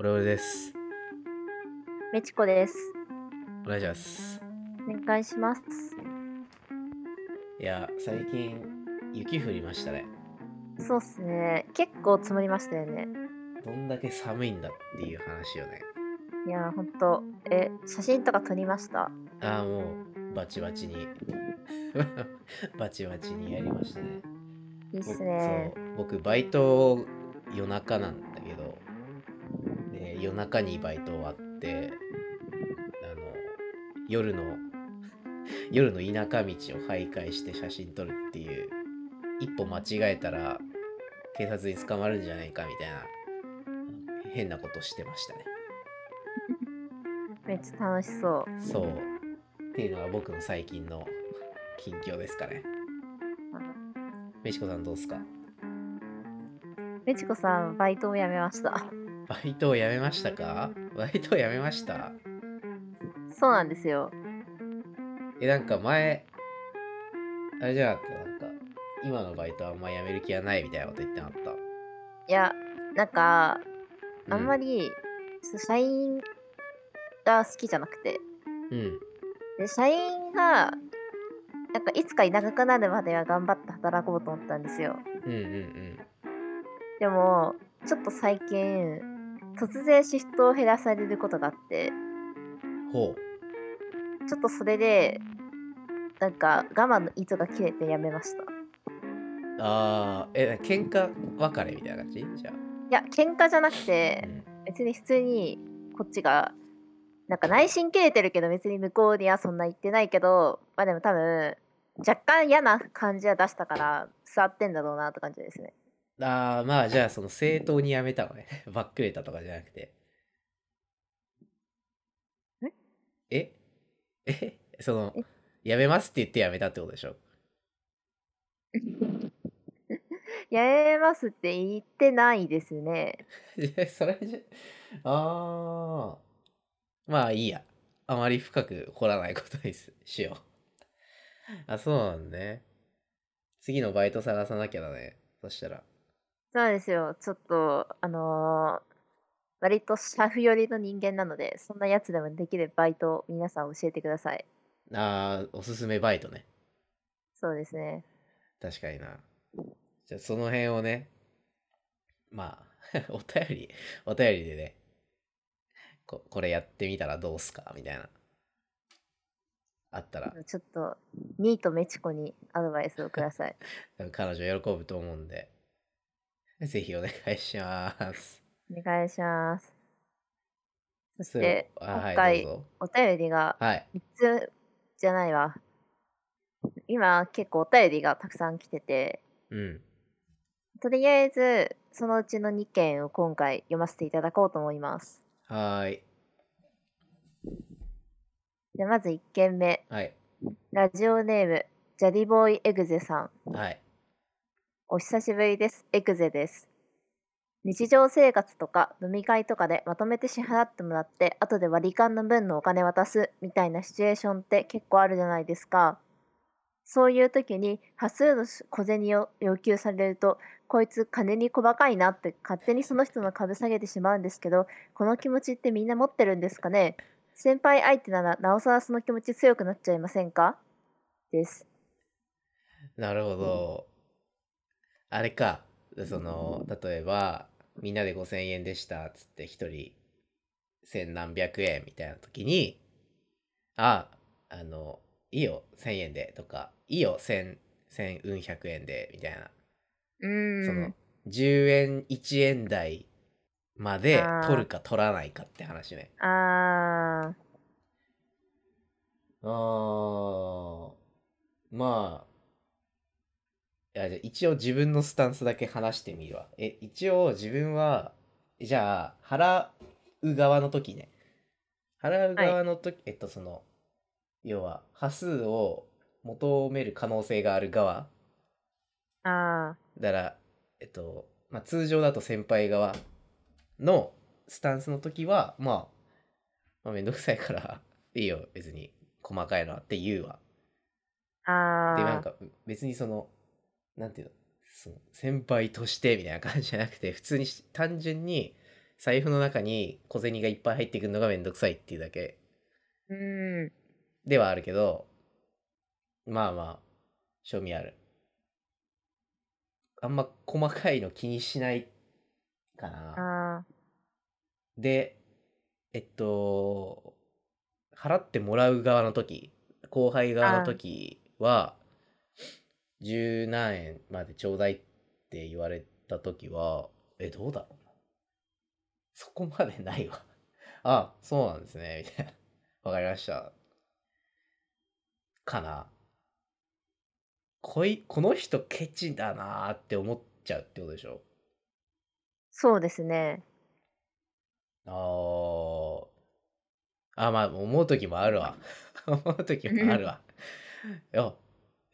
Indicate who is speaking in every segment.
Speaker 1: オレオレです。
Speaker 2: めちこです。
Speaker 1: お願いします。
Speaker 2: お願いします。
Speaker 1: いや、最近雪降りましたね。
Speaker 2: そうっすね。結構積もりましたよね。
Speaker 1: どんだけ寒いんだっていう話よね。
Speaker 2: いやー、ほんと。え、写真とか撮りました
Speaker 1: ああ、もうバチバチに バチバチにやりましたね。
Speaker 2: いいっすね。
Speaker 1: そう僕バイト夜中なんだけどで夜中にバイト終わってあの夜の 夜の田舎道を徘徊して写真撮るっていう一歩間違えたら警察に捕まるんじゃないかみたいな変なことしてましたね
Speaker 2: めっちゃ楽しそう。
Speaker 1: そうっていうのが僕の最近の近況ですかねメシコさんどうっすか
Speaker 2: めちこさん、バイトを辞めました。
Speaker 1: バイトを辞めましたかバイトを辞めました
Speaker 2: そうなんですよ。
Speaker 1: え、なんか前、あれじゃなかったなんか、今のバイトあんま辞める気はないみたいなこと言ってなかった。
Speaker 2: いや、なんか、あんま
Speaker 1: り。
Speaker 2: り、ちょっと社員が好きじゃなくて。
Speaker 1: うん。
Speaker 2: で、社員が、なんかいつかいなくなるまでは頑張って働こうと思ったんですよ。
Speaker 1: うんうん
Speaker 2: でもちょっと最近突然シフトを減らされることがあって
Speaker 1: うん。ほ。
Speaker 2: ちょっとそれでなんか我慢の糸が切れてやめましたいう
Speaker 1: ああ、え、喧嘩別れみたいな感じじゃ
Speaker 2: や喧嘩じゃなく
Speaker 1: あ。う
Speaker 2: て
Speaker 1: ん。
Speaker 2: 別に普通にこっちがなんか内心切れてるけど別に向こうにはそんな言ってないけどまあでも多分若干嫌な感じは出したから座ってんだろうなって感じですね
Speaker 1: ああ、まあじゃあ、その正当に辞めたのね。 バックれたとかじゃなくて。ええその
Speaker 2: え、
Speaker 1: 辞めますって言って辞めたってことでしょ
Speaker 2: やめますって言ってないですね
Speaker 1: えそれじゃ、ああ、まあいいや。あまり深く掘らないことにすしよう。 あ、そうなんね。次のバイト探さなきゃだね。そしたら。
Speaker 2: そうですよ。ちょっと、あのー割とシャフ寄りの人間なので、そんなやつでもできるバイトを皆さん教えてください。
Speaker 1: ああ、おすすめバイトね。
Speaker 2: そうですね。
Speaker 1: 確かにな。じゃあその辺をね、まあ、 お便り、お便りでね、ここれやってみたらどうすかみたいな。あったら、
Speaker 2: ちょっと、ニートメチコにアドバイスをください。
Speaker 1: 彼女喜ぶと思うんで、ぜひお願いします。
Speaker 2: お願いします。そし
Speaker 1: そう
Speaker 2: て、
Speaker 1: あ
Speaker 2: 今
Speaker 1: はい、
Speaker 2: 回
Speaker 1: どうぞ。
Speaker 2: お便りが
Speaker 1: はい。
Speaker 2: 3つじゃないわ。今、結構お便りがたくさん来てて、
Speaker 1: うん。
Speaker 2: とりあえず、そのうちの2件を今回読ませていただこうと思います。
Speaker 1: はーい。
Speaker 2: でまず1件目。
Speaker 1: はい。
Speaker 2: ラジオネーム、ジャディボーイエグゼさん。
Speaker 1: はい。
Speaker 2: お久しぶりです。エグゼです。日常生活とか飲み会とかでまとめて支払ってもらって、後で割り勘の分のお金渡すみたいなシチュエーションって結構あるじゃないですか。そういう時に、多数の小銭を要求されると、こいつ金に細かいなって勝手にその人の株下げてしまうんですけど、この気持ちってみんな持ってるんですかね先輩相手ならなおさらその気持ち強くなっちゃいませんかです。
Speaker 1: なるほど。あれか。その、例えば、みんなで5000円でした、つって、一人、千何百円みたいな時に、あ、あの、いいよ、1000円で、とか、いいよ、1000、千うん100円で、みたいな。
Speaker 2: うーん
Speaker 1: その、10円、1円台まで
Speaker 2: あー
Speaker 1: 取るか取らないかって話ね。
Speaker 2: あー
Speaker 1: あーまあいやじゃあ一応自分のスタンスだけ話してみるわえ一応自分はじゃあ払う側の時ね払う側の時、えっとその要は端数を求める可能性がある側
Speaker 2: あ
Speaker 1: だからえっと、まあ、通常だと先輩側のスタンスの時はまあまあめんどくさいからいいよ別に細かいのはって言うわ
Speaker 2: あ
Speaker 1: でなん
Speaker 2: ー
Speaker 1: か別にそのなんていうのその先輩としてみたいな感じじゃなくて普通にし単純に財布の中に小銭がいっぱい入ってくるのがめんどくさいっていうだけ
Speaker 2: うん
Speaker 1: ではあるけどまあまあ賞味あるあんま細かいの気にしないかな
Speaker 2: あ
Speaker 1: でえっと払ってもらう側の時後輩側の時は十何円までちょうだいって言われた時はえどうだろうなそこまでないわ あそうなんですねみたいなわかりましたかなこいこの人ケチだなーって思っちゃうってことでしょ
Speaker 2: そうですね
Speaker 1: ああ。あ、まあ、思う時もあるわ。 思う時もあるわ。よ、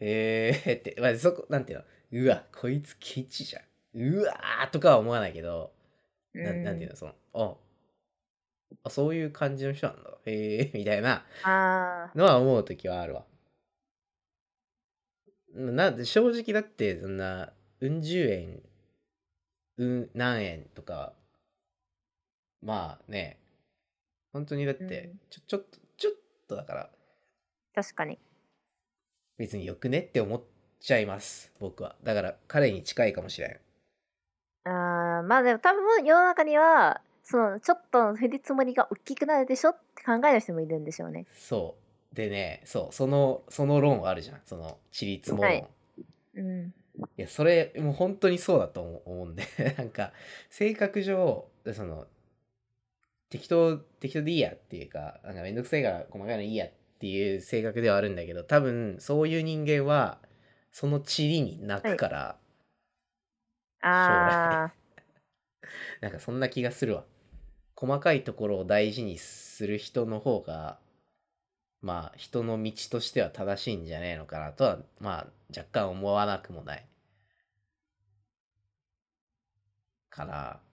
Speaker 1: ええー、って、まあ、そこ、なんていうの、うわ、こいつケチじゃん。うわーとかは思わないけど、ななんていうの、その、あ、あそういう感じの人なんだ。へえ、みたいな
Speaker 2: うんあ
Speaker 1: のは思う時はあるわ。なんで、正直だって、そんな、うん十円、うん何円とか、まあね、本当にだって
Speaker 2: うん、
Speaker 1: ちょ、ちょっと、ちょっとだから、
Speaker 2: ー確かに
Speaker 1: 別によくねって思っちゃいます、僕は。だから、彼に近いかもしれん。
Speaker 2: あーまあでも多分世の中にはそのちょっとの降り積もりが大きくなるでしょって考える人もいるんでしょうね
Speaker 1: そう。でね、そう、その、その論あるじゃん。その、ちりつも論。
Speaker 2: はい
Speaker 1: い、
Speaker 2: うん
Speaker 1: や、それ、もう本当にそうだと思う思うんで、 なんか、性格上、その、適当、適当でいいやっていうか、なんかめんどくさいから細かいのいいやっていう性格ではあるんだけど、多分、そういう人間は、そのちりに泣くから、
Speaker 2: あ
Speaker 1: なんかそんな気がするわ。細かいところを大事にする人の方が、まあ人の道としては正しいんじゃねえのかなとは、まあ若干思わなくもない。から、っ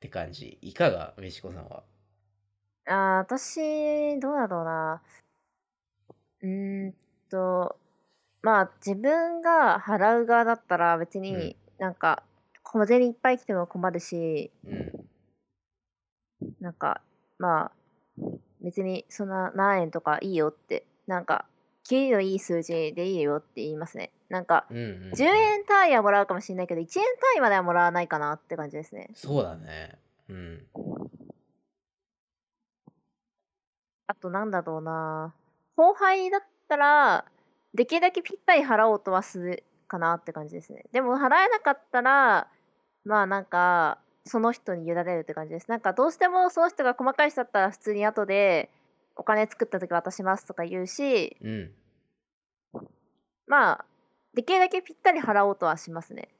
Speaker 1: て感じ。いかが、めしこさんは。
Speaker 2: ーあー私どうだろうなうーんとまあ自分が払う側だったら別
Speaker 1: うん
Speaker 2: になんか小銭いっぱい来ても困るし
Speaker 1: うん。
Speaker 2: なんかまあ別にそんな何円とかいいよってなんか切りのいい数字でいいよって言いますねなんか
Speaker 1: うん、うん。
Speaker 2: 10円単位はもらうかもしれないけど1円単位まではもらわないかなって感じですね
Speaker 1: そうだね。うん。
Speaker 2: あとなんだろうな後輩だったらできるだけぴったり払おうとはするかなって感じですねでも払えなかったらまあなんかその人に委ねるって感じですなんかどうしてもその人が細かい人だったら普通に後でお金作った時渡しますとか言うし
Speaker 1: うん。
Speaker 2: まあできるだけぴったり払おうとはしますね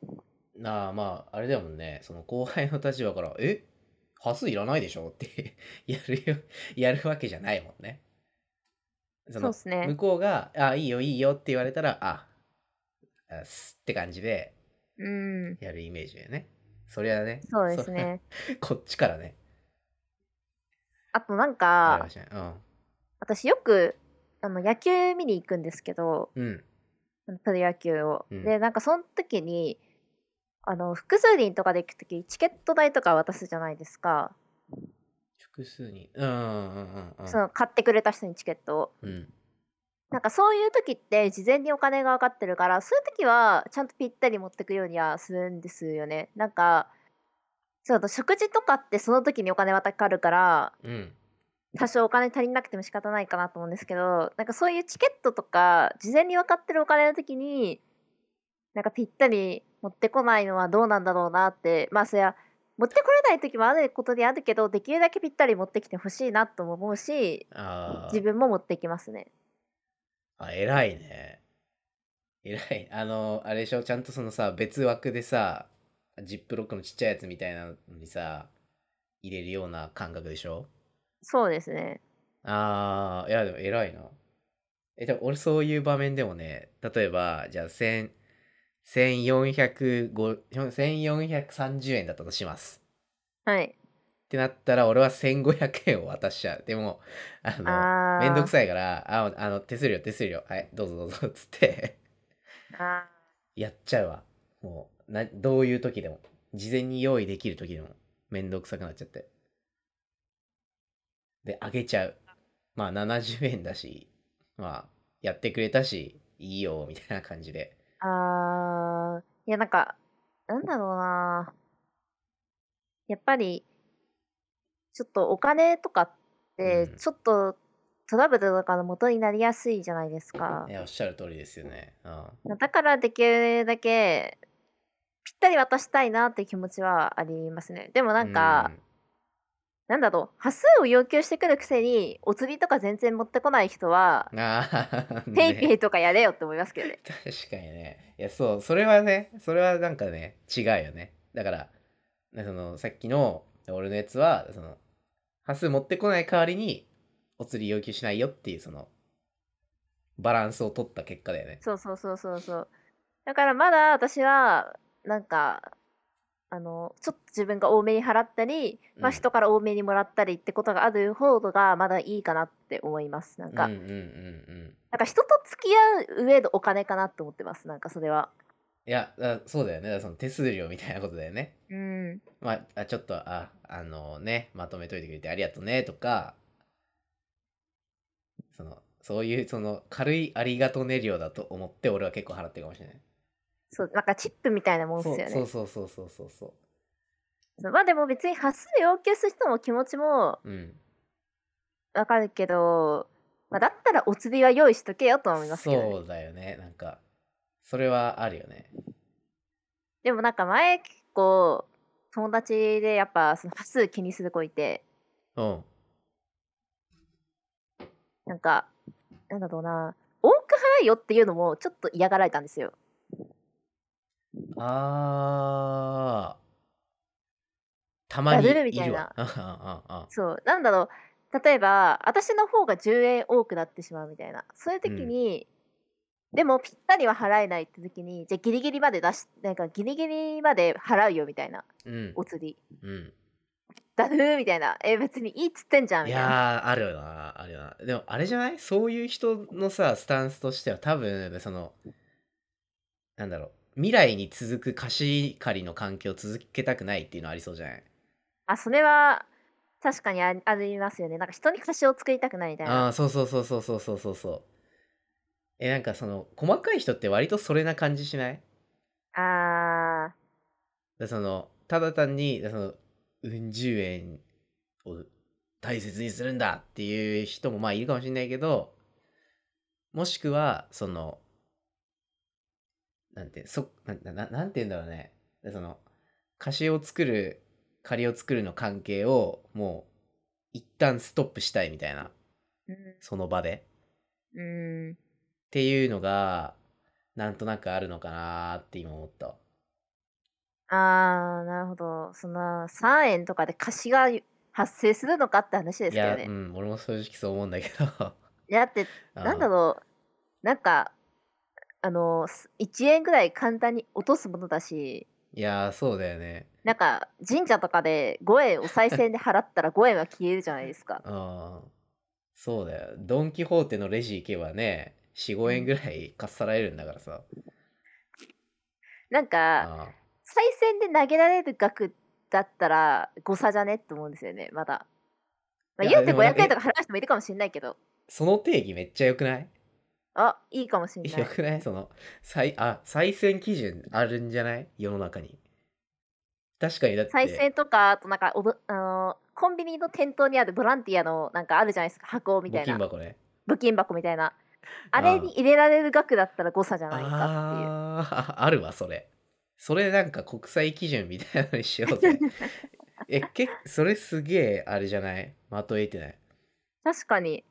Speaker 1: なあまああれだもんねその後輩の立場から「え端数いらないでしょ?」って やるよやるわけじゃないもんね。そ
Speaker 2: そう
Speaker 1: の
Speaker 2: っすね
Speaker 1: 向こうが「あいいよいいよ」って言われたら「ああす」って感じで
Speaker 2: うん
Speaker 1: やるイメージだよね。そりゃね
Speaker 2: そうですね
Speaker 1: そ こっちからね
Speaker 2: あとなん
Speaker 1: やり
Speaker 2: か
Speaker 1: ましたねうん
Speaker 2: 私よくあの野球見に行くんですけど
Speaker 1: うん
Speaker 2: プロ野球を、
Speaker 1: うん
Speaker 2: でなんかその時にあの複数人とかで行く時チケット代とか渡すじゃないですか、
Speaker 1: 複数にうんうんうんうん
Speaker 2: その買ってくれた人にチケットを
Speaker 1: うん
Speaker 2: なんかそういう時って事前にお金が分かってるからそういう時はちゃんとぴったり持ってくようにはするんですよねなんかそうあと食事とかってその時にお金はかかるから
Speaker 1: うん
Speaker 2: 多少お金足りなくても仕方ないかなと思うんですけどなんかそういうチケットとか事前に分かってるお金の時になんかぴったり持ってこないのはどうなんだろうなってまあそりゃ持ってこれない時もあることであるけどできるだけぴったり持ってきてほしいなとも思うし
Speaker 1: あ
Speaker 2: 自分も持ってきますね。
Speaker 1: ああ偉いね偉いあのあれでしょちゃんとそのさ別枠でさジップロックのちっちゃいやつみたいなのにさ入れるような感覚でしょ
Speaker 2: そうですね。
Speaker 1: あーいやでも偉いなえでも俺そういう場面でもね例えばじゃあ1000 1400 1430円だったとします
Speaker 2: はい。
Speaker 1: ってなったら俺は1500円を渡しちゃうでもあの
Speaker 2: あ
Speaker 1: めんどく
Speaker 2: い。
Speaker 1: さいから、あ、あの、手数料、手数料、はい、どうぞどうぞ、つって、
Speaker 2: あ
Speaker 1: やっちゃうわ。もう、な、どういう時でも。事前に用意できる時でも、めんどくさくなっちゃって。で、あげちゃう。まあ、70円だし、まあ、やってくれたし、いいよ、みたいな感じで。
Speaker 2: ーあー。いや、なんか、なんだろうな。やっぱり、ちょっとお金とかって
Speaker 1: う、ん
Speaker 2: ちょっとトラブルとかの元になりやすいじゃないですか
Speaker 1: い。や、おっしゃる通りですよね。うん。
Speaker 2: だからできるだけ、ぴったり渡したいなっていう気持ちはありますね。でもなんか、なんだろう、端数を要求してくるくせに、お釣りとか全然持ってこない人は
Speaker 1: う、ん、 ああ、
Speaker 2: ペイ
Speaker 1: ね
Speaker 2: ペイとかやれよって思いますけどね。
Speaker 1: 確かにね。いや、そう、それはね、それはなんかね、違うよね。だから、なその、さっきの、俺のやつは、その、端数持ってこない代わりに、お釣り要求しないよっていう、その、バランスを取った結果だよね。
Speaker 2: そうそうそうそうそう。だからまだ私は、なんか、あの、ちょっと自分が多めに払ったり、まあ
Speaker 1: うん
Speaker 2: 人から多めにもらったりってことがある方がまだいいかなって思います。なん
Speaker 1: うんう
Speaker 2: か、
Speaker 1: んうんうん。
Speaker 2: なんか人と付き合う上のお金かなって思ってます。なんかそれは。
Speaker 1: いや、だそうだよね。だからその手数料みたいなことだよね。
Speaker 2: うん。
Speaker 1: まあ、あちょっと、あ、あのね、まとめといてくれてありがとうね、とか、その、そういう、その、軽いありがとうね量だと思って、俺は結構払ってるかもしれない。
Speaker 2: そう、なんかチップみたいなもんです
Speaker 1: そ
Speaker 2: よ
Speaker 1: う
Speaker 2: ね。
Speaker 1: そうそうそうそうそうそ
Speaker 2: そうまあでも別に端数要求する人も気持ちも
Speaker 1: う。うん。
Speaker 2: わかるけど、まあ、だったらお釣りは用意しとけよとは思いますけどね、
Speaker 1: そうだよね。なんか、それはあるよね。
Speaker 2: でもなんか前結構友達でやっぱその端数気にする子いて
Speaker 1: うん。
Speaker 2: なんかなんだろうな多く払いよっていうのもちょっと嫌がられたんですよ
Speaker 1: あー。たまにい
Speaker 2: ダブ
Speaker 1: るわ。
Speaker 2: ルみたいな
Speaker 1: うんうんうんうん
Speaker 2: そうなんだろう例えば私の方が10円多くなってしまうみたいなそういう時に、でもぴったりは払えないって時にじゃあギリギリまで出しなんかギリギリまで払うよみたいな
Speaker 1: うん
Speaker 2: お釣り
Speaker 1: うん。
Speaker 2: だるーみたいなえ別にいいっつってんじゃん
Speaker 1: い
Speaker 2: みたいな
Speaker 1: やー、あるよな。あるよな。でも、あれじゃないそういう人のさ、スタンスとしては、多分、その、なんだろう。未来に続く貸し借りの環境を続けたくないっていうのありそうじゃない
Speaker 2: あそれは確かにありありますよねなんか人に貸しを作りたくないみたいな
Speaker 1: ああそうそうそうそうそうそうそうそうえなんかその細かい人って割とそれな感じしない
Speaker 2: あ
Speaker 1: だそのただ単にだそのうん十円を大切にするんだっていう人もまあいるかもしれないけどもしくはそのなんてそなななんて言うんだろうねだその貸しを作る借りを作るの関係をもう一旦ストップしたいみたいな
Speaker 2: ー
Speaker 1: その場で。
Speaker 2: うん、うん、
Speaker 1: っていうのがなんとなくあるのかなーって今思った
Speaker 2: あーなるほどそんな3円とかで貸しが発生するのかって話です
Speaker 1: い
Speaker 2: けど
Speaker 1: や、
Speaker 2: ね
Speaker 1: う、ん、俺も正直そう思うんだ けど
Speaker 2: いやだってなんだろうなんかあのす1円ぐらい簡単に落とすものだし
Speaker 1: うんいやーそうだよね
Speaker 2: なんか神社とかで5円お賽銭で払ったら5円は消えるじゃないですか
Speaker 1: うんそうだよドン・キホーテのレジ行けばね45円ぐらいかっさらえるんだからさ
Speaker 2: なん
Speaker 1: う
Speaker 2: か
Speaker 1: ん
Speaker 2: 再選で投げられる額だったら誤差じゃねって思うんですよねまだ、まあ、
Speaker 1: い
Speaker 2: 言
Speaker 1: や
Speaker 2: うて
Speaker 1: でもなん
Speaker 2: 500
Speaker 1: か
Speaker 2: 円とか払う人もいるかもしれないけど
Speaker 1: その定義めっちゃ良くない
Speaker 2: あいいかもしれな
Speaker 1: 良
Speaker 2: い
Speaker 1: くないその再あ再選基準あるんじゃない世の中に確かにだって
Speaker 2: 再選とかあとなんかおどあのーコンビニの店頭にあるボランティアのなんかあるじゃないですか箱みた
Speaker 1: 募
Speaker 2: い
Speaker 1: 金
Speaker 2: な
Speaker 1: 箱ね
Speaker 2: 募金箱みたいなあれに入れられる額だったら誤差じゃないかっていう
Speaker 1: あーあ るわそれそれなんか国際基準みたいなのにしよう ぜえけそれすげえあれじゃないまとえてない
Speaker 2: 確かに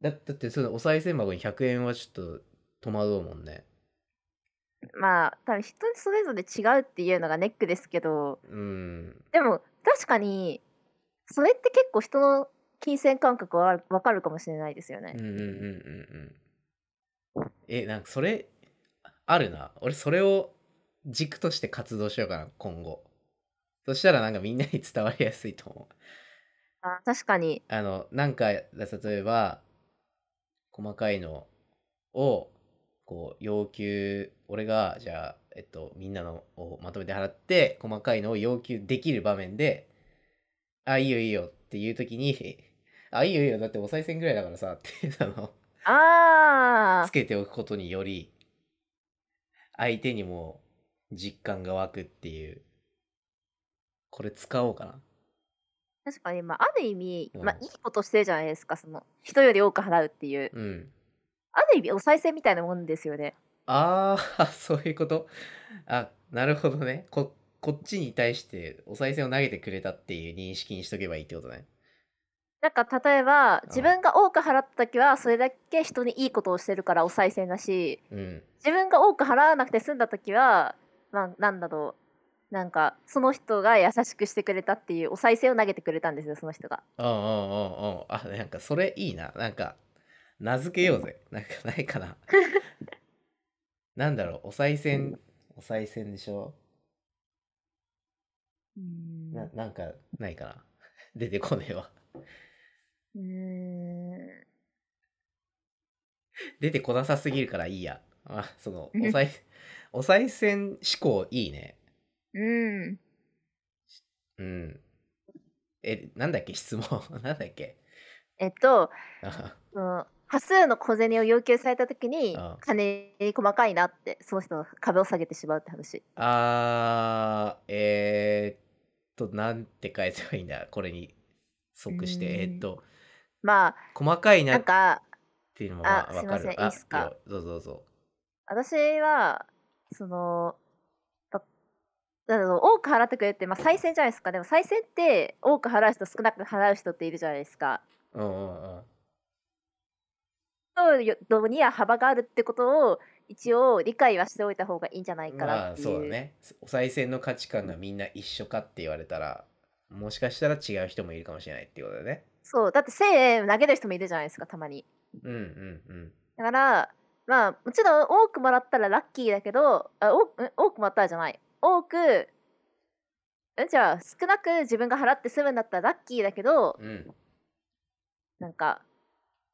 Speaker 1: だだってそのお賽銭箱に100円はちょっと戸惑うもんね
Speaker 2: まあ多分人それぞれ違うっていうのがネックですけど
Speaker 1: うん
Speaker 2: でも確かにそれって結構人の金銭感覚は分かるかもしれないですよね
Speaker 1: うんうんうんうんうんえなんかそれあるな俺それを軸として活動しようかな今後そしたらなんかみんなに伝わりやすいと思う。
Speaker 2: あ確かに。
Speaker 1: あの、なんか、例えば、細かいのを、こう、要求、俺が、じゃあ、えっと、みんなのをまとめて払って、細かいのを要求できる場面で、あ、いいよいいよっていう時に、 あ、いいよいいよ、だってお賽銭ぐらいだからさ、って、あの、
Speaker 2: あ
Speaker 1: つけておくことにより相手にも実感が湧くっていうこれ使おうかな
Speaker 2: ー確かに、まあ、ある意味、
Speaker 1: うん
Speaker 2: まあ、いいことしてるじゃないですか、その、人より多く払うっていう。
Speaker 1: うん
Speaker 2: ある意味、お賽銭みたいなもんですよね。
Speaker 1: ああ そういうことあなるほどねここっちに対してお賽銭を投げてくれたっていう認識にしとけばいいってことね
Speaker 2: なんか、例えば、
Speaker 1: ん
Speaker 2: 自分が多く払った時は、それだけ人にいいことをしてるからお賽銭だし、
Speaker 1: うん
Speaker 2: 自分が多く払わなくて済んだ時は、まあ、なんだろう。なんか、その人が優しくしてくれたっていう、お賽銭を投げてくれたんですよ、その人が。
Speaker 1: うんうんうんうんあなんかそれいいななんか名付けようぜなんかないか ななんだろうお賽銭お賽銭でしょ
Speaker 2: うーん
Speaker 1: ななんかないかな 出てこねえわ
Speaker 2: うーん
Speaker 1: 出てこなさすぎるからいいやあそ のおさいお賽銭思考いいね
Speaker 2: うん
Speaker 1: うんえなんだっけ質問 なんだっけ
Speaker 2: えっと
Speaker 1: あ
Speaker 2: その多数の小銭を要求された時に
Speaker 1: ああ
Speaker 2: 金に細かいなってその人の壁を下げてしまうって話
Speaker 1: あーえー、っとなんて返せばいいんだこれに即して
Speaker 2: うーん
Speaker 1: えーっと
Speaker 2: まあ
Speaker 1: 細かいな
Speaker 2: なん
Speaker 1: っ
Speaker 2: か
Speaker 1: ていうのはわ
Speaker 2: あ
Speaker 1: か
Speaker 2: すいませ
Speaker 1: る
Speaker 2: んいいっすか
Speaker 1: よどうぞどうぞ
Speaker 2: 私はそのばなんだろう多く払ってくれって、まあ、再生じゃないですかでも再生って多く払う人少なく払う人っているじゃないですか。
Speaker 1: うんうんうん
Speaker 2: どうには幅があるってことを一応理解はしておいた方がいいんじゃないかな
Speaker 1: ま
Speaker 2: っ
Speaker 1: あ
Speaker 2: ていう。
Speaker 1: そうだねお賽銭の価値観がみんな一緒かって言われたらもしかしたら違う人もいるかもしれないっていうことだね
Speaker 2: そうだって1000円投げる人もいるじゃないですかたまに。
Speaker 1: うんうんうん
Speaker 2: だからまあもちろん多くもらったらラッキーだけどあ多くん多くもらったらじゃない多くんじゃあ少なく自分が払って済むんだったらラッキーだけど
Speaker 1: うん
Speaker 2: なんか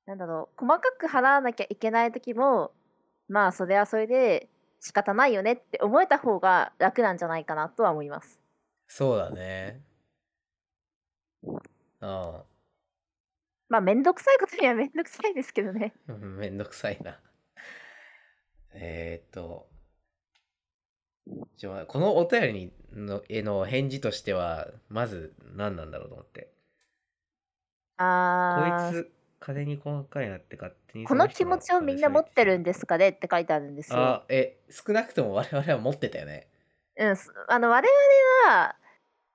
Speaker 2: なんだろう細かく払わなきゃいけない時もまあそれはそれで仕方ないよねって思えた方が楽なんじゃないかなとは思います。
Speaker 1: そうだね。あ
Speaker 2: まあめんどくさいことにはめんどくさいですけどね。
Speaker 1: あ、めんどくさいな。えーっと、ちょこのお便りのへの返事としては、まず何なんだろうと思って。こ
Speaker 2: あ
Speaker 1: い
Speaker 2: ー
Speaker 1: つ、金に細かいなって勝手に
Speaker 2: この気持ちをみんな持ってるん
Speaker 1: で
Speaker 2: ですかねって書いてあるんですよ。
Speaker 1: あ、え、少なくとも我々は持ってたよね。
Speaker 2: うん、すあの我々は、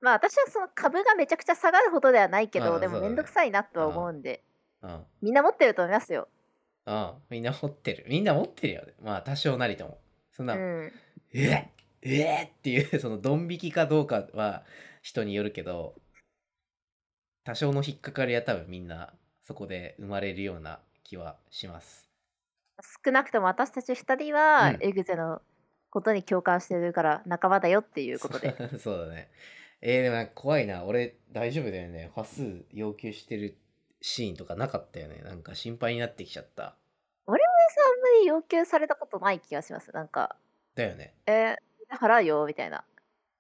Speaker 2: まあ、私はその株がめちゃくちゃ下がるほどではないけ
Speaker 1: あ
Speaker 2: ど
Speaker 1: あ
Speaker 2: でも
Speaker 1: そうだ
Speaker 2: め
Speaker 1: ね
Speaker 2: んどくさいなとは思うんで
Speaker 1: うん。
Speaker 2: みんな持ってると思いますよ。
Speaker 1: うん。みんな持ってる。みんな持ってるよね。まあ、多少なりとも。そん
Speaker 2: う
Speaker 1: な、
Speaker 2: ん、
Speaker 1: えええっていう そのドン引きかどうかは人によるけど多少の引っかかりは多分みんなそこで生まれるような気はします
Speaker 2: 少なくとも私たち2人は、
Speaker 1: うん
Speaker 2: エグゼのことに共感してるから仲間だよっていうことで
Speaker 1: そうだねえー、でもなんか怖いな俺大丈夫だよね端数要求してるシーンとかなかったよねなんか心配になってきちゃった
Speaker 2: 私はあんまり要求されたことない気がしますなんか
Speaker 1: だよね
Speaker 2: 「えー、払うよ」みたいな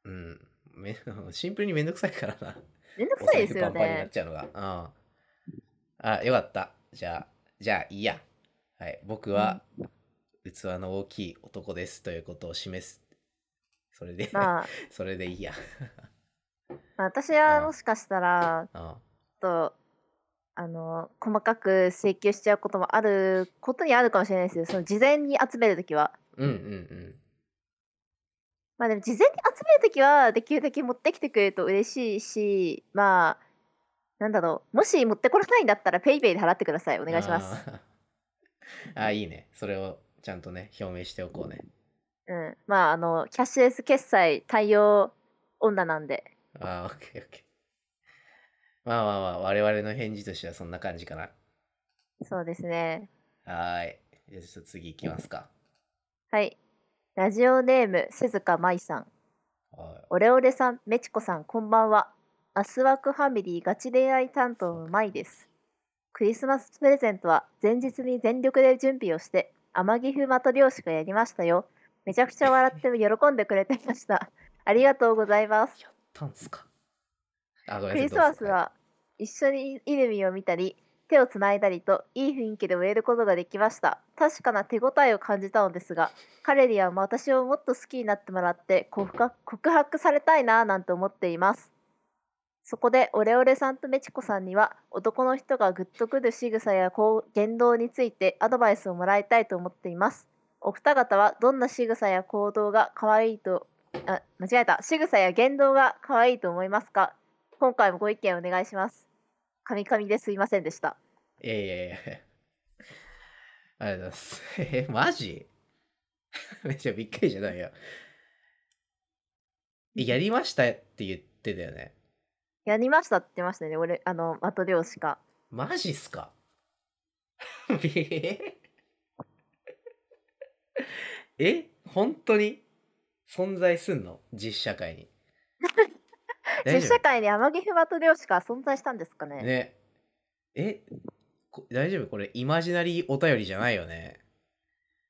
Speaker 1: うんめ シンプルにめんどくさいからな
Speaker 2: めんどく
Speaker 1: お
Speaker 2: さ
Speaker 1: 財
Speaker 2: いで
Speaker 1: 布
Speaker 2: す
Speaker 1: パ
Speaker 2: よ
Speaker 1: ンパンになっ
Speaker 2: ね。
Speaker 1: ちゃうのが。うん。あ、よかった。じゃあ、じゃあ、いいや。はい。僕は、器の大きい男ですということを示す。それで、
Speaker 2: まあ、
Speaker 1: それでいいや。
Speaker 2: まあ、私
Speaker 1: あ
Speaker 2: は
Speaker 1: あ
Speaker 2: もしかしたら
Speaker 1: うん。
Speaker 2: ちょっとあの細かく請求しちゃうこともあることにあるかもしれないですよその事前に集めるときは
Speaker 1: うんうん
Speaker 2: まあでも事前に集めるときはできるだけ持ってきてくれると嬉しいしまあなんだろうもし持ってこれないんだったらペイペイで払ってくださいお
Speaker 1: うん。
Speaker 2: 願いします
Speaker 1: あー。あー、いいね。それをちゃんとね、表明しておこうね。
Speaker 2: うんまああのキャッシュレス決済対応女なんで
Speaker 1: ああ、オッケーオッケー。まあまあまあ、我々の返事としてはそんな感じかな。
Speaker 2: そうですね
Speaker 1: はーい。じゃあちょっと次行きますか。
Speaker 2: はいラジオネーム鈴鹿舞さん
Speaker 1: あは
Speaker 2: オレオレさん、メチコさん、こんばんは。アスワークファミリーガチ恋愛担当うまいです。クリスマスプレゼントは前日に全力で準備をして、天城風マト漁師がやりましたよ。めちゃくちゃ笑って喜んでくれてました。ありがとうございま
Speaker 1: い。。
Speaker 2: す
Speaker 1: やったんすか。あ、ごめ
Speaker 2: ク
Speaker 1: んな
Speaker 2: リス
Speaker 1: さい。
Speaker 2: マス
Speaker 1: どうぞ
Speaker 2: は一緒にイルミを見たり手をつないだりといい雰囲気で終えることができました確かな手応えを感じたのですが彼には私をもっと好きになってもらって告白告白されたいなぁなんて思っていますそこでオレオレさんとメチコさんには男の人がグッとくる仕草や行言動についてアドバイスをもらいたいと思っていますお二方はどんな仕草や行動が可愛いとあ間違えた仕草や言動が可愛いと思いますか今回もご意見お願いします。カミカミですいませんでした。
Speaker 1: いやいやい や。ありがとうございます。え、マジ めっちゃびっくりじゃないよ。えやりましたって言ってたよね。
Speaker 2: やりましたって言ってましたね。俺、あの、的漁師か。
Speaker 1: マジっすか ええ本当に存在すんの実社会に。
Speaker 2: 実社
Speaker 1: 大
Speaker 2: 会に天城ふ的漁師か存在したんですかね
Speaker 1: 丈夫ね。えこ大丈夫これイマジナリーお便りじゃないよね。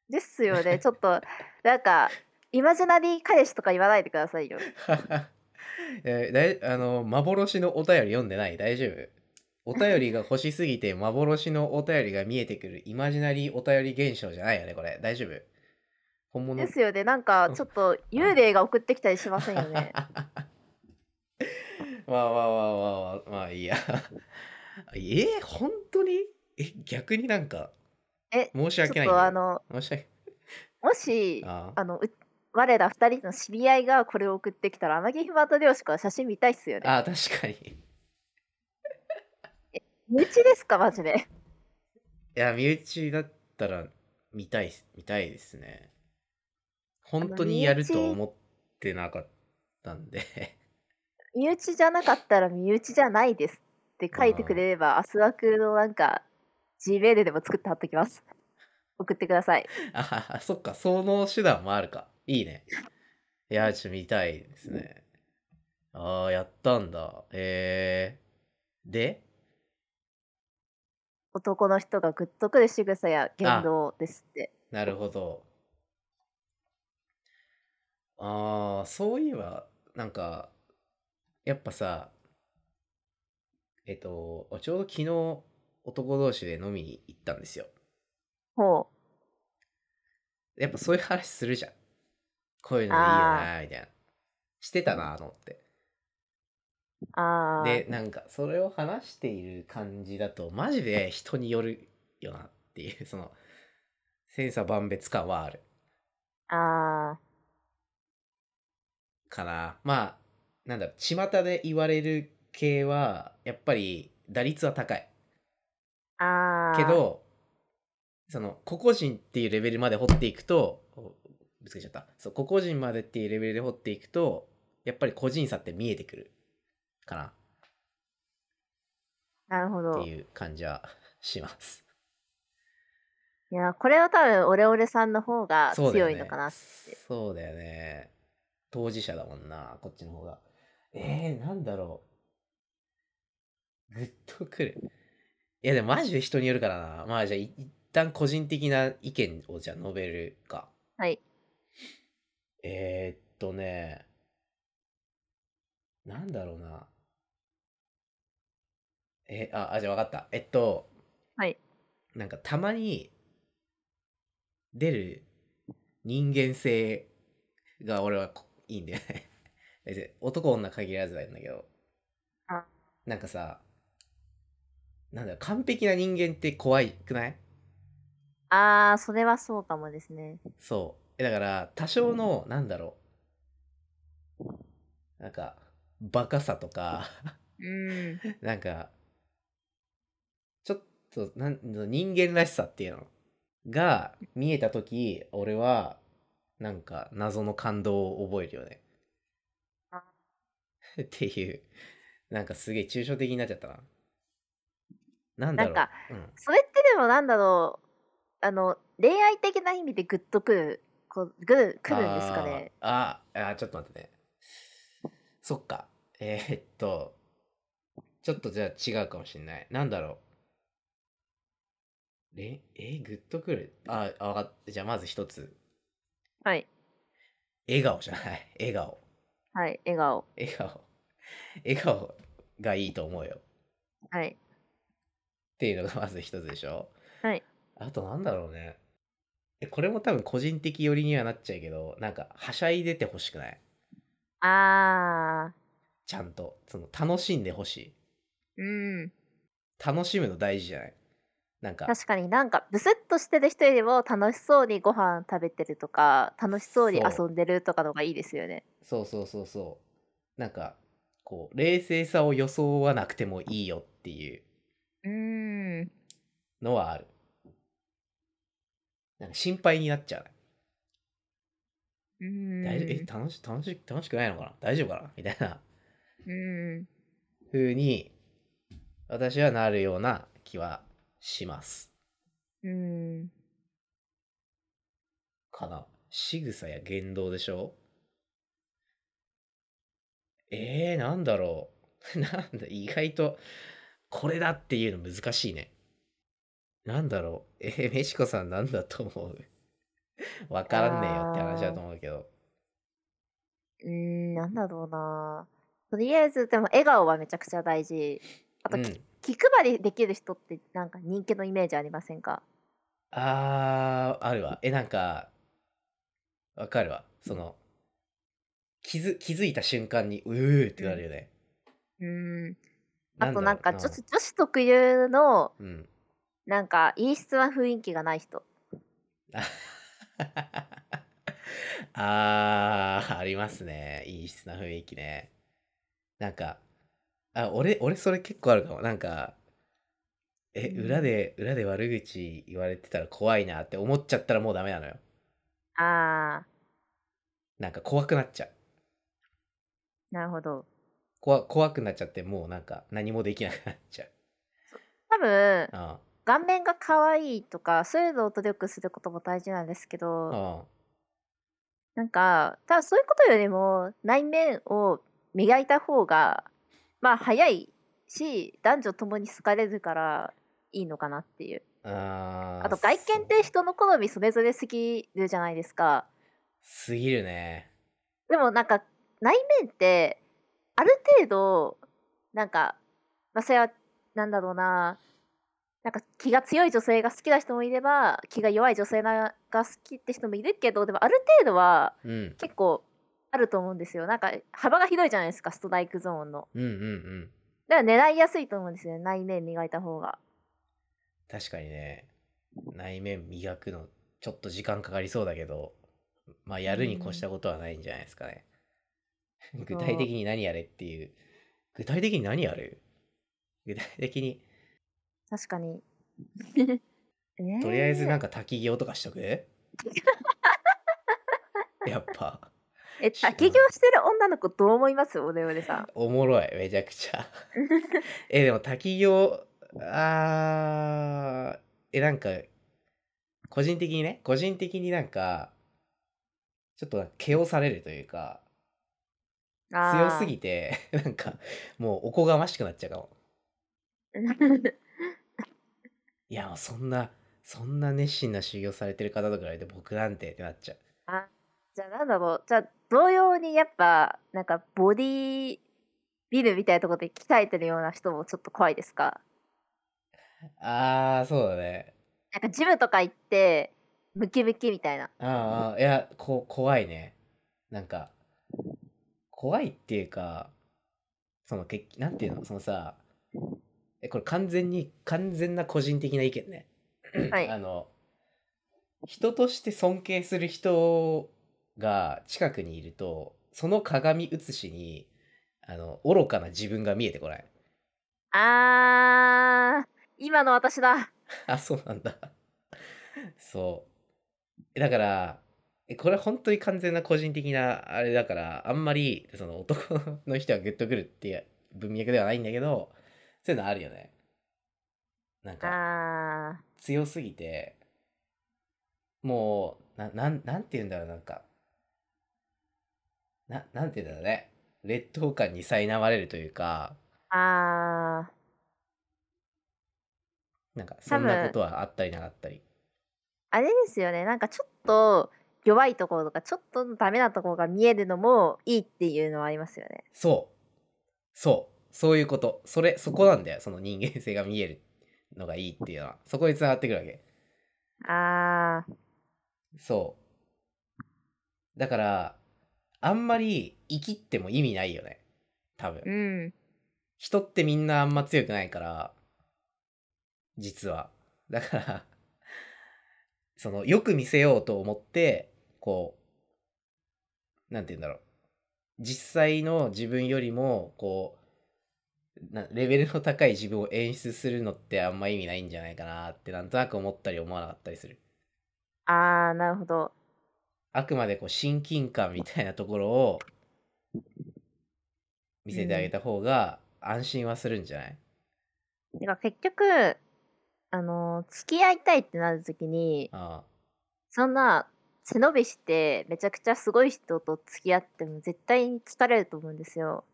Speaker 2: ですよね。 ちょっと、なんか、イマジナリー彼氏とか言わないでくださいよ。
Speaker 1: えだいあの幻のお便り読んでない大丈夫お便りが欲しすぎ て幻のお便りが見えてくるイマジナリーお便り現象じゃないよねこれ大丈夫本物。
Speaker 2: ですよね。なんか、ちょっと幽霊が送ってきたりしませんよね
Speaker 1: まあまあまあまあまあまあいいや えー、本当にえ逆になんか
Speaker 2: え
Speaker 1: 申し
Speaker 2: ちょっ
Speaker 1: 訳ないん
Speaker 2: と、
Speaker 1: だ
Speaker 2: あ
Speaker 1: けど
Speaker 2: の、
Speaker 1: 申し訳
Speaker 2: もし、
Speaker 1: ああ
Speaker 2: あの、う我ら二人の知り合いがこれを送ってきたら、天城ふ的漁師から写真見たいっすよね。
Speaker 1: あー確かに
Speaker 2: 身内ですか、マジで。
Speaker 1: いや、身内だったら見たいっす、見たいですね。本当にやると思ってなかったんで。
Speaker 2: 身内じゃなかったら身内じゃないですって書いてくれれば、アスワクのなんか G メールでも作って貼っときます。送ってください。
Speaker 1: ああ、そっか、その手段もあるか。いいね。いや、ちょっと見たいですね。ああ、やったんだ。えー。で
Speaker 2: 男の人がグッとくる仕草や言動ですって。
Speaker 1: なるほど。ああ、そういえば、なんか、やっぱさ、えっと、ちょうど昨日、男同士で飲みに行ったんですよ。
Speaker 2: ほ
Speaker 1: やっぱそういう話するじゃん。こういうのいいよな、みたいな。してたな、と思って。
Speaker 2: う。ああ。
Speaker 1: で、なんか、それを話している感じだと、マジで人によるよなっていう、その、千差万別感はある。
Speaker 2: ああ。
Speaker 1: かなまあなんだろう巷で言われる系はやっぱり打率は高い
Speaker 2: ああ。
Speaker 1: け。どその個々人っていうレベルまで掘っていくとおぶつけちゃったそう個々人までっていうレベルで掘っていくとやっぱり個人差って見えてくるか
Speaker 2: なるほ
Speaker 1: なっ
Speaker 2: ど。
Speaker 1: て
Speaker 2: い
Speaker 1: いう感じはします
Speaker 2: や、これは多分オレオレさんの方が強いのかな。
Speaker 1: そうだよねそうだよね当事者だもんなこっちの方がえー、なんだろうグッとくるいやでもマジで人によるからなまあじゃあい一旦個人的な意見をじゃあ述べるか
Speaker 2: はい。
Speaker 1: えー、っとねなんだろうなえああじゃあ分かったえっと
Speaker 2: はい
Speaker 1: なんかたまに出る人間性が俺はこいいんだよね 別に男女限らずなんだけど
Speaker 2: あ
Speaker 1: なんかさなんだろう完璧な人間って怖いくない
Speaker 2: ああ、それはそうかもですね。
Speaker 1: そうえだから多少のなんだろうなんかバカさとか
Speaker 2: うん。
Speaker 1: なんかちょっとなん人間らしさっていうのが見えた時俺はなんか謎の感動を覚えるよね
Speaker 2: あ。
Speaker 1: っていうなんかすげえ抽象的になっちゃったな。なんだろう
Speaker 2: なんか
Speaker 1: うん
Speaker 2: それってでもなんだろう。あの、恋愛的な意味でグッとくる、こうぐる、くるんですかね。
Speaker 1: あーあーあーちょっと待ってね。そっか。えーっと、ちょっとじゃあ違うかもしんない。なんだろう。れえーグッとくる。あ、あ、わかった。じゃあまず一つ。
Speaker 2: はい。
Speaker 1: 笑顔じゃない。笑顔。
Speaker 2: はい。笑顔。
Speaker 1: 笑顔。笑顔がいいと思うよ。っ
Speaker 2: はい。
Speaker 1: ていうのがまず一つでしょ。
Speaker 2: はい。
Speaker 1: あとなんだろうね。えこれも多分個人的寄りにはなっちゃうけど、なんか、はしゃいでてほしくない。
Speaker 2: あ
Speaker 1: ちゃんと。その、楽しんでほしい。
Speaker 2: ー。うん。
Speaker 1: 楽しむの大事じゃない。なんか、
Speaker 2: 確かになんかブスッとしてる人よりも楽しそうにご飯食べてるとか楽しそうに遊
Speaker 1: そうん
Speaker 2: でるとかの方がいいですよね。
Speaker 1: そうそうそうそう。なんか、こう、冷静さを装わなくてもいいよっていう
Speaker 2: うーん。
Speaker 1: のはある。なんか心配になっちゃうね。
Speaker 2: うーん。
Speaker 1: 大丈夫え、楽し、楽し、楽しくないのかな大丈夫かなみたいな
Speaker 2: うーん。
Speaker 1: 風に、私はなるような気はします。
Speaker 2: うーん。
Speaker 1: かな。仕草や言動でしょえー、なんだろう。 なんだ、意外と、これだっていうの難しいね。なんだろう。えー、メシコさんなんだと思う わからんねえよって話だと思うけど。
Speaker 2: うーん。なんだろうな。とりあえずでも笑顔はめちゃくちゃ大事。あと、
Speaker 1: う
Speaker 2: き
Speaker 1: ん。
Speaker 2: 気配りできる人ってなんか人気のイメージありませんか
Speaker 1: あー、あるわ。え、なんか、わかるわ。その、気づ、気づいた瞬間に、うーってなるよね。
Speaker 2: うーん。あ
Speaker 1: だ
Speaker 2: と
Speaker 1: ろ
Speaker 2: な
Speaker 1: うん
Speaker 2: か女子女子特有の
Speaker 1: うん。
Speaker 2: なんか陰湿な雰囲気がない人。
Speaker 1: あー、ありますね。いい質な雰囲気ね。なんか、あ、俺、俺それ結構あるかも。なんか、え、
Speaker 2: うん
Speaker 1: 裏で、裏で悪口言われてたら怖いなって思っちゃったらもうダメなのよ。
Speaker 2: あ
Speaker 1: なんか怖くなっちゃう。
Speaker 2: ー。なるほど。
Speaker 1: 怖、怖くなっちゃってもうなんか何もできなくなっちゃう。
Speaker 2: 多分
Speaker 1: あ
Speaker 2: 顔面が可愛いとかそういうのを努力することも大事なんですけ
Speaker 1: あ、
Speaker 2: ど
Speaker 1: あ
Speaker 2: なんかただそういうことよりも内面を磨いた方がまあ早いし男女ともに好かれるからいいのかなっていう
Speaker 1: あ。あー
Speaker 2: あと外見っ
Speaker 1: そう
Speaker 2: て人の好みそれぞれすぎるじゃないですか
Speaker 1: すぎるね。
Speaker 2: でもなんか内面ってある程度なんか、まあ、それはなんだろうななんか気が強い女性が好きな人もいれば気が弱い女性なが好きって人もいるけどでもある程度は
Speaker 1: うん。
Speaker 2: 結構あると思うんですよなんか幅が広いじゃないですかストライクゾーンの
Speaker 1: うんうんうん。
Speaker 2: だから狙いやすいと思うんですよね内面磨いた方が
Speaker 1: 確かにね内面磨くのちょっと時間かかりそうだけどまあやるに越したことはないんじゃないですかね、具体的に何やれっていう具体的に何やる具体的に
Speaker 2: 確 かに
Speaker 1: とりあえずなん
Speaker 2: か
Speaker 1: か滝行とかしとく、 やっぱ
Speaker 2: え
Speaker 1: し
Speaker 2: 滝行してる女の子どう思いますオレオレさん
Speaker 1: おもろいめちゃくちゃ えでも滝行あーえなんか個人的にね個人的になんかちょっとなんか毛をされるというか強すぎて なんかもうおこがましくなっちゃうかもいやもうそんなそんな熱心な修行されてる方と比べて僕なんてってなっちゃう
Speaker 2: あじゃあなんだろうじゃあ同様にやっぱなんかボディビルみたいなところで鍛えてるような人もちょっと怖いですか
Speaker 1: あーそうだね
Speaker 2: なんかジムとか行ってムキムキみたいな
Speaker 1: ああいやこ怖いねなんか怖いっていうかそのけなんていうのそのさえこれ完全に完全な個人的な意見ね、
Speaker 2: は い
Speaker 1: あの人として尊敬する人が近くにいるとその鏡写しにあの愚かな自分が見えてこない
Speaker 2: あー今の私だ
Speaker 1: あそうなんだそうえだからえこれ本当に完全な個人的なあれだからあんまりその男の人はグッとくるっていう文脈ではないんだけどそういうのあるよねなんか
Speaker 2: あ
Speaker 1: 強すぎてもうななんなんて言うんだろうなんかななんて言うんだろうね劣等感に苛まれるというか、
Speaker 2: あー
Speaker 1: なんかそんなことはあったりなかったり。
Speaker 2: あれですよねなんかちょっと弱いところとかちょっとダメなところが見えるのもいいっていうのはありますよね
Speaker 1: そう。そう。そういうこと。それ、そこなんだよ。その人間性が見えるのがいいっていうのは。そこに繋がってくるわけ。
Speaker 2: あー
Speaker 1: そう。だから、あんまり生きっても意味ないよね。多分。
Speaker 2: うん
Speaker 1: 人ってみんなあんま強くないから、実は。だから、 その、よく見せようと思って、こう、なんて言うんだろう。実際の自分よりも、こう、なレベルの高い自分を演出するのってあんま意味ないんじゃないかなってなんとなく思ったり思わなかったりする。
Speaker 2: あーなるほど
Speaker 1: あくまでこう親近感みたいなところを見せてあげた方が安心はするんじゃない、
Speaker 2: てか結局あの付き合いたいってなるときに
Speaker 1: あ
Speaker 2: そんな背伸びしてめちゃくちゃすごい人と付き合っても絶対に疲れると思うんですよ。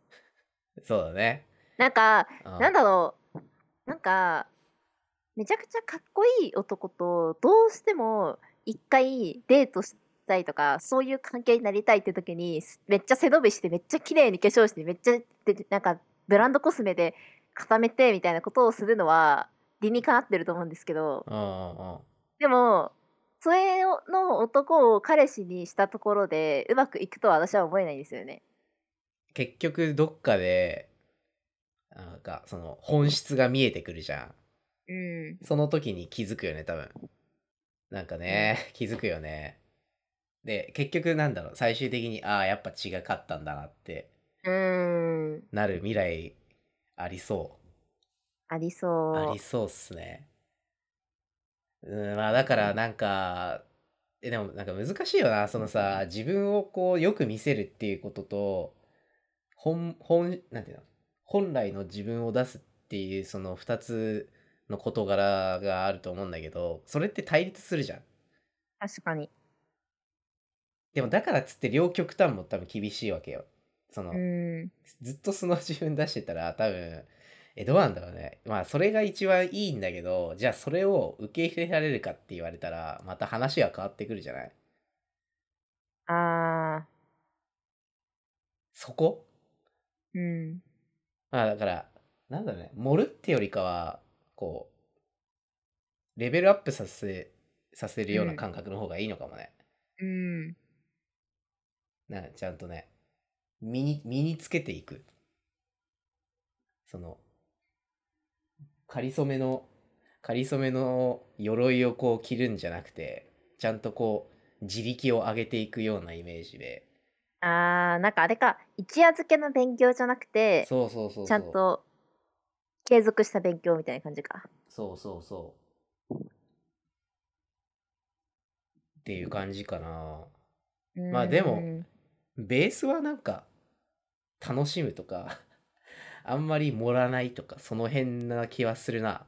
Speaker 1: あそうだね。
Speaker 2: なんか、
Speaker 1: ああ
Speaker 2: なんだろうなんかめちゃくちゃかっこいい男とどうしても一回デートしたいとかそういう関係になりたいって時にすめっちゃ背伸びしてめっちゃ綺麗に化粧してめっちゃでなんかブランドコスメで固めてみたいなことをするのは理にかなってると思うんですけど
Speaker 1: うんうんうん。
Speaker 2: でもそれの男を彼氏にしたところでうまくいくとは私は思えないんですよね。
Speaker 1: 結局どっかでなんかその本質が見えてくるじゃん
Speaker 2: うん、
Speaker 1: その時に気づくよね多分なんかね気づくよねで結局なんだろう最終的にああやっぱ違かったんだなって
Speaker 2: うん
Speaker 1: なる未来ありそう
Speaker 2: ありそう。
Speaker 1: ありそうっすね。うん、まあだからなんか、え、でもなんか難しいよな、そのさ、自分をこうよく見せるっていうことと、本、本、なんていうの、本来の自分を出すっていうその二つの事柄があると思うんだけど、それって対立するじゃん。
Speaker 2: 確かに。
Speaker 1: でもだからっつって両極端も多分厳しいわけよ。その、
Speaker 2: うん。
Speaker 1: ずっとその自分出してたら多分えどうなんだろうねまあそれが一番いいんだけどじゃあそれを受け入れられるかって言われたらまた話は変わってくるじゃない
Speaker 2: ああ、
Speaker 1: そこ
Speaker 2: うん。
Speaker 1: まあだからなんだろうね盛るってよりかはこうレベルアップさせさせるような感覚の方がいいのかもね、
Speaker 2: うん。
Speaker 1: なんかちゃんとね身に身につけていくその仮初めの仮初めの鎧をこう着るんじゃなくてちゃんとこう自力を上げていくようなイメージで
Speaker 2: ああ、なんかあれか、一夜漬けの勉強じゃなくて、
Speaker 1: そうそうそうそう
Speaker 2: ちゃんと継続した勉強みたいな感じか。
Speaker 1: そうそうそうっていう感じかなまあでも
Speaker 2: うん
Speaker 1: ベースはなんか楽しむとか あんまり盛らないとかその辺な気はするな。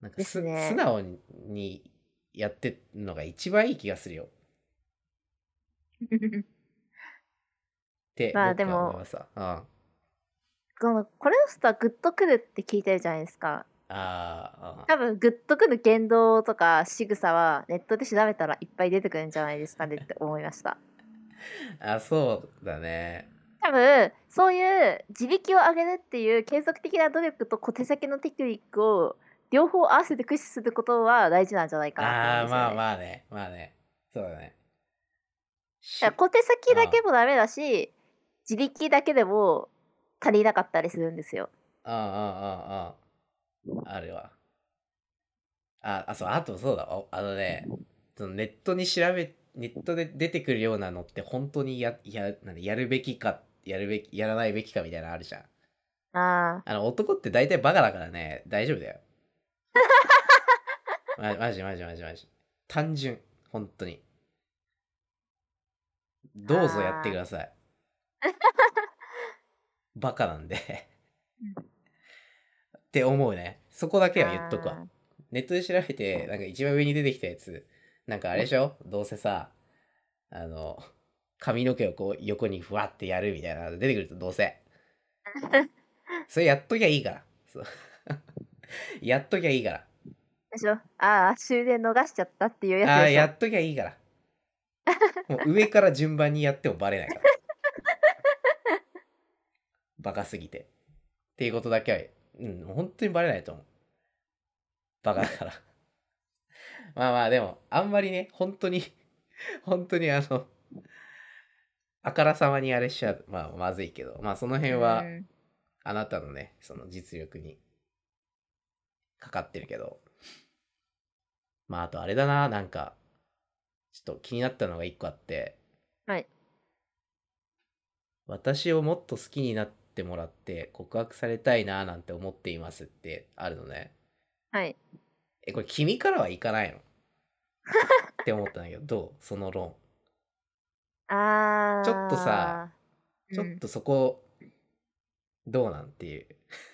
Speaker 1: なんか
Speaker 2: です
Speaker 1: す、
Speaker 2: ね
Speaker 1: 素直にやってるのが一番いい気がするよって
Speaker 2: まあ
Speaker 1: 僕
Speaker 2: でも
Speaker 1: は思いますわうん
Speaker 2: このこれの人はグッとくるって聞いてるじゃないですか
Speaker 1: あー
Speaker 2: 多分グッとくる言動とか仕草はネットで調べたらいっぱい出てくるんじゃないですかねって思いました
Speaker 1: ああそうだね。
Speaker 2: 多分そういう自力を上げるっていう継続的な努力と小手先のテクニックを両方合わせて駆使することは大事なんじゃないか
Speaker 1: ああ
Speaker 2: なと思うんですよ、ね、
Speaker 1: まあまあねまあねそうだね。し
Speaker 2: だから小手先だけもダメだし自力だけでも足りなかったりするんですよ
Speaker 1: うんうんうんうん。あるわ。あ、あ、そう、あとそうだ、おあのね、そのネットに調べ、ネットで出てくるようなのって本当にや、や、なんだやるべきか、やるべき、やらないべきかみたいなのあるじゃん。
Speaker 2: あ
Speaker 1: あの、男って大体バカだからね、大丈夫だよ。ま、マジマジマジマジ。単純、本当に。どうぞやってください。バカなんで。って思うね。そこだ
Speaker 2: あ
Speaker 1: けは言っとくわ。ネットで調べて、なんか一番上に出てきたやつ、なんかあれでしょどうせさ、あの、髪の毛をこう横にふわってやるみたいなの出てくるとどうせそれやっときゃいいからそう やっときゃいいから
Speaker 2: でしょああ終電逃しちゃったっていうや
Speaker 1: あ
Speaker 2: つ
Speaker 1: あ
Speaker 2: でし
Speaker 1: や
Speaker 2: ょ
Speaker 1: っときゃいいからもう上から順番にやってもバレないから バカすぎてっていうことだけはうんもう本当にバレないと思うバカだからまあまあでもあんまりね本当に本当にあのあからさまにあれしちゃう、まあ、まずいけどまあその辺は
Speaker 2: うん
Speaker 1: あなたのねその実力にかかってるけどまああとあれだななんかちょっと気になったのが一個あって
Speaker 2: はい
Speaker 1: 私をもっと好きになってもらって告白されたいななんて思っていますってあるのね
Speaker 2: はい
Speaker 1: えこれ君からはいかないのって思ったんだけどどうその論
Speaker 2: ああ
Speaker 1: ちょっとさちょっとそこ、どうなんっていう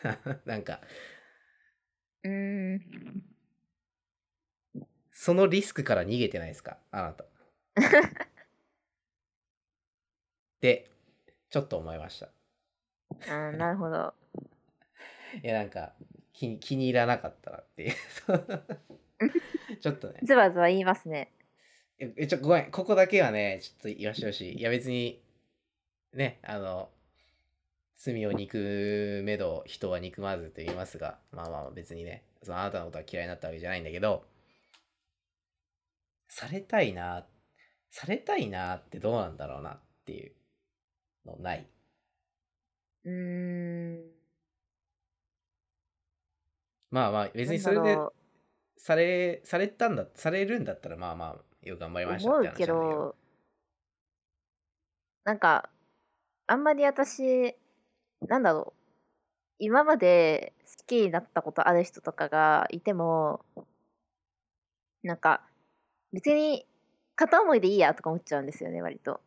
Speaker 1: なんか
Speaker 2: うん、うん
Speaker 1: そのリスクから逃げてないですかあなた。でちょっと思いました。
Speaker 2: あーなるほど
Speaker 1: いやなんか気に気に入らなかったなっていう ちょっとね
Speaker 2: ズバズバ言いますね
Speaker 1: ええちょごめんここだけはねちょっと言わしてほしいいや別にねあの罪を憎めど人は憎まずと言いますがまあまあ別にねそのあなたのことは嫌いになったわけじゃないんだけどされたいなされたいなってどうなんだろうなっていうのない
Speaker 2: うん
Speaker 1: まあまあ別にそれでされされたんだされるんだったらまあまあよく頑張りました
Speaker 2: 思
Speaker 1: っ
Speaker 2: う
Speaker 1: て話なんだ
Speaker 2: け
Speaker 1: けど
Speaker 2: どなんかあんまり私なんだろう今まで好きになったことある人とかがいてもなんか別に片思いでいいやとか思っちゃうんですよね割と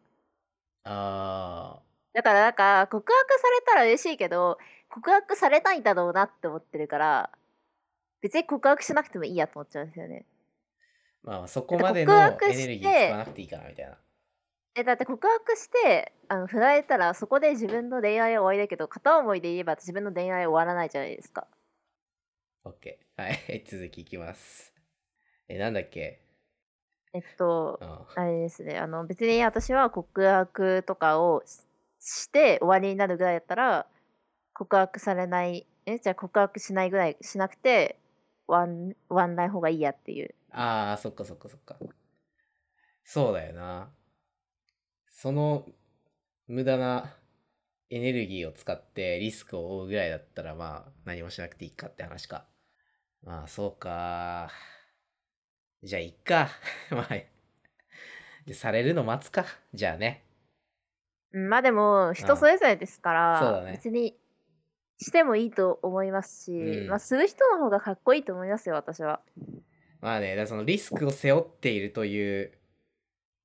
Speaker 1: ああ
Speaker 2: だからなんか告白されたら嬉しいけど告白されたいんだろうなって思ってるから別に告白しなくてもいいやと思っちゃうんですよね
Speaker 1: まあそこまでの
Speaker 2: だって告
Speaker 1: エ
Speaker 2: 白し
Speaker 1: ネ
Speaker 2: て
Speaker 1: ルギー使わなくていいかなみたいな
Speaker 2: えだって告白してあの振られたらそこで自分の恋愛は終わりだけど片思いで言えば自分の恋愛は終わらないじゃないですか
Speaker 1: OK はい 続きいきますえなんだっけ
Speaker 2: えっと
Speaker 1: うん
Speaker 2: あれですねあの別に私は告白とかをしして終わりになるぐらいだったら告白されないえじゃあ告白しないぐらいしなくて終わん終わんない方がいいやっていう
Speaker 1: ああそっかそっかそっかそうだよなその無駄なエネルギーを使ってリスクを負うぐらいだったらまあ何もしなくていいかって話かまあそうかじゃあいっか まあじゃあされるの待つかじゃあね
Speaker 2: うんまあでも
Speaker 1: う
Speaker 2: 人
Speaker 1: ん
Speaker 2: それぞれですか
Speaker 1: そうだ
Speaker 2: ら、
Speaker 1: ね
Speaker 2: 別にしてもいいと思いますし、
Speaker 1: うん
Speaker 2: まあする人の方がかっこいいと思いますよ私は
Speaker 1: まあね、だからそのリスクを背負っているという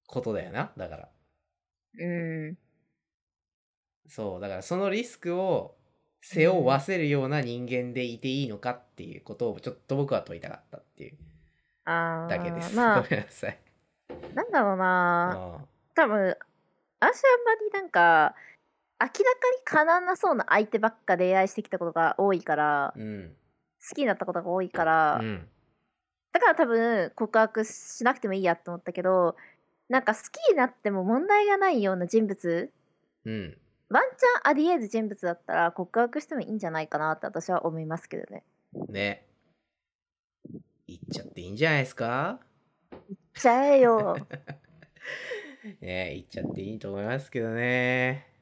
Speaker 1: ことだよな。だから。
Speaker 2: うん
Speaker 1: そう、だからそのリスクを背負わせるような人間でいていいのかっていうことをちょっと僕は問いたかったっていう
Speaker 2: あ
Speaker 1: だけで
Speaker 2: ー
Speaker 1: す。
Speaker 2: ま
Speaker 1: ごめんなさい。
Speaker 2: あ、なんだろ う
Speaker 1: うん
Speaker 2: な、
Speaker 1: あ
Speaker 2: 多分、私はあんまりなんか、明らかにかなわなそうな相手ばっか恋愛してきたことが多いから、好
Speaker 1: うん。
Speaker 2: きになったことが多いから、
Speaker 1: うん。
Speaker 2: だから多分、告白しなくてもいいやと思ったけど、なんか好きになっても問題がないような人物、
Speaker 1: うん。
Speaker 2: ワンチャンありえる人物だったら告白してもいいんじゃないかなって私は思いますけどね。
Speaker 1: ね。言っちゃっていいんじゃないですか
Speaker 2: ちゃえよ、
Speaker 1: ね言っちゃっていいと思いますけどね。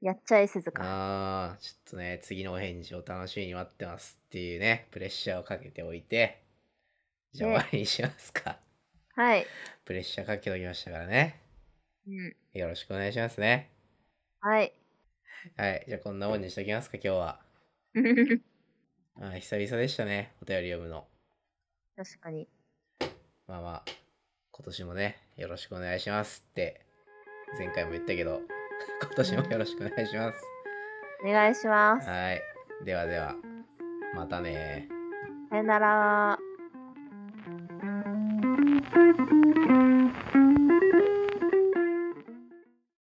Speaker 2: やっちゃえせずか。
Speaker 1: ああ、ちょっとね、次のお返事を楽しみに待ってますっていうね、プレッシャーをかけておいて、じゃあ終
Speaker 2: ね
Speaker 1: わりにしますか。
Speaker 2: はい。
Speaker 1: プレッシャーかけておきましたからね。
Speaker 2: うん、
Speaker 1: よろしくお願いしますね。
Speaker 2: はい。
Speaker 1: はい、じゃあこんなもんにしときますか、今日は。あー久々でしたね、お便り読むの。
Speaker 2: 確かに。
Speaker 1: まあまあ、今年もね、よろしくお願いしますって、前回も言ったけど、今年もよろしくお願いします。
Speaker 2: お願いします。
Speaker 1: はい、ではでは、またね
Speaker 2: さよなら。
Speaker 3: 「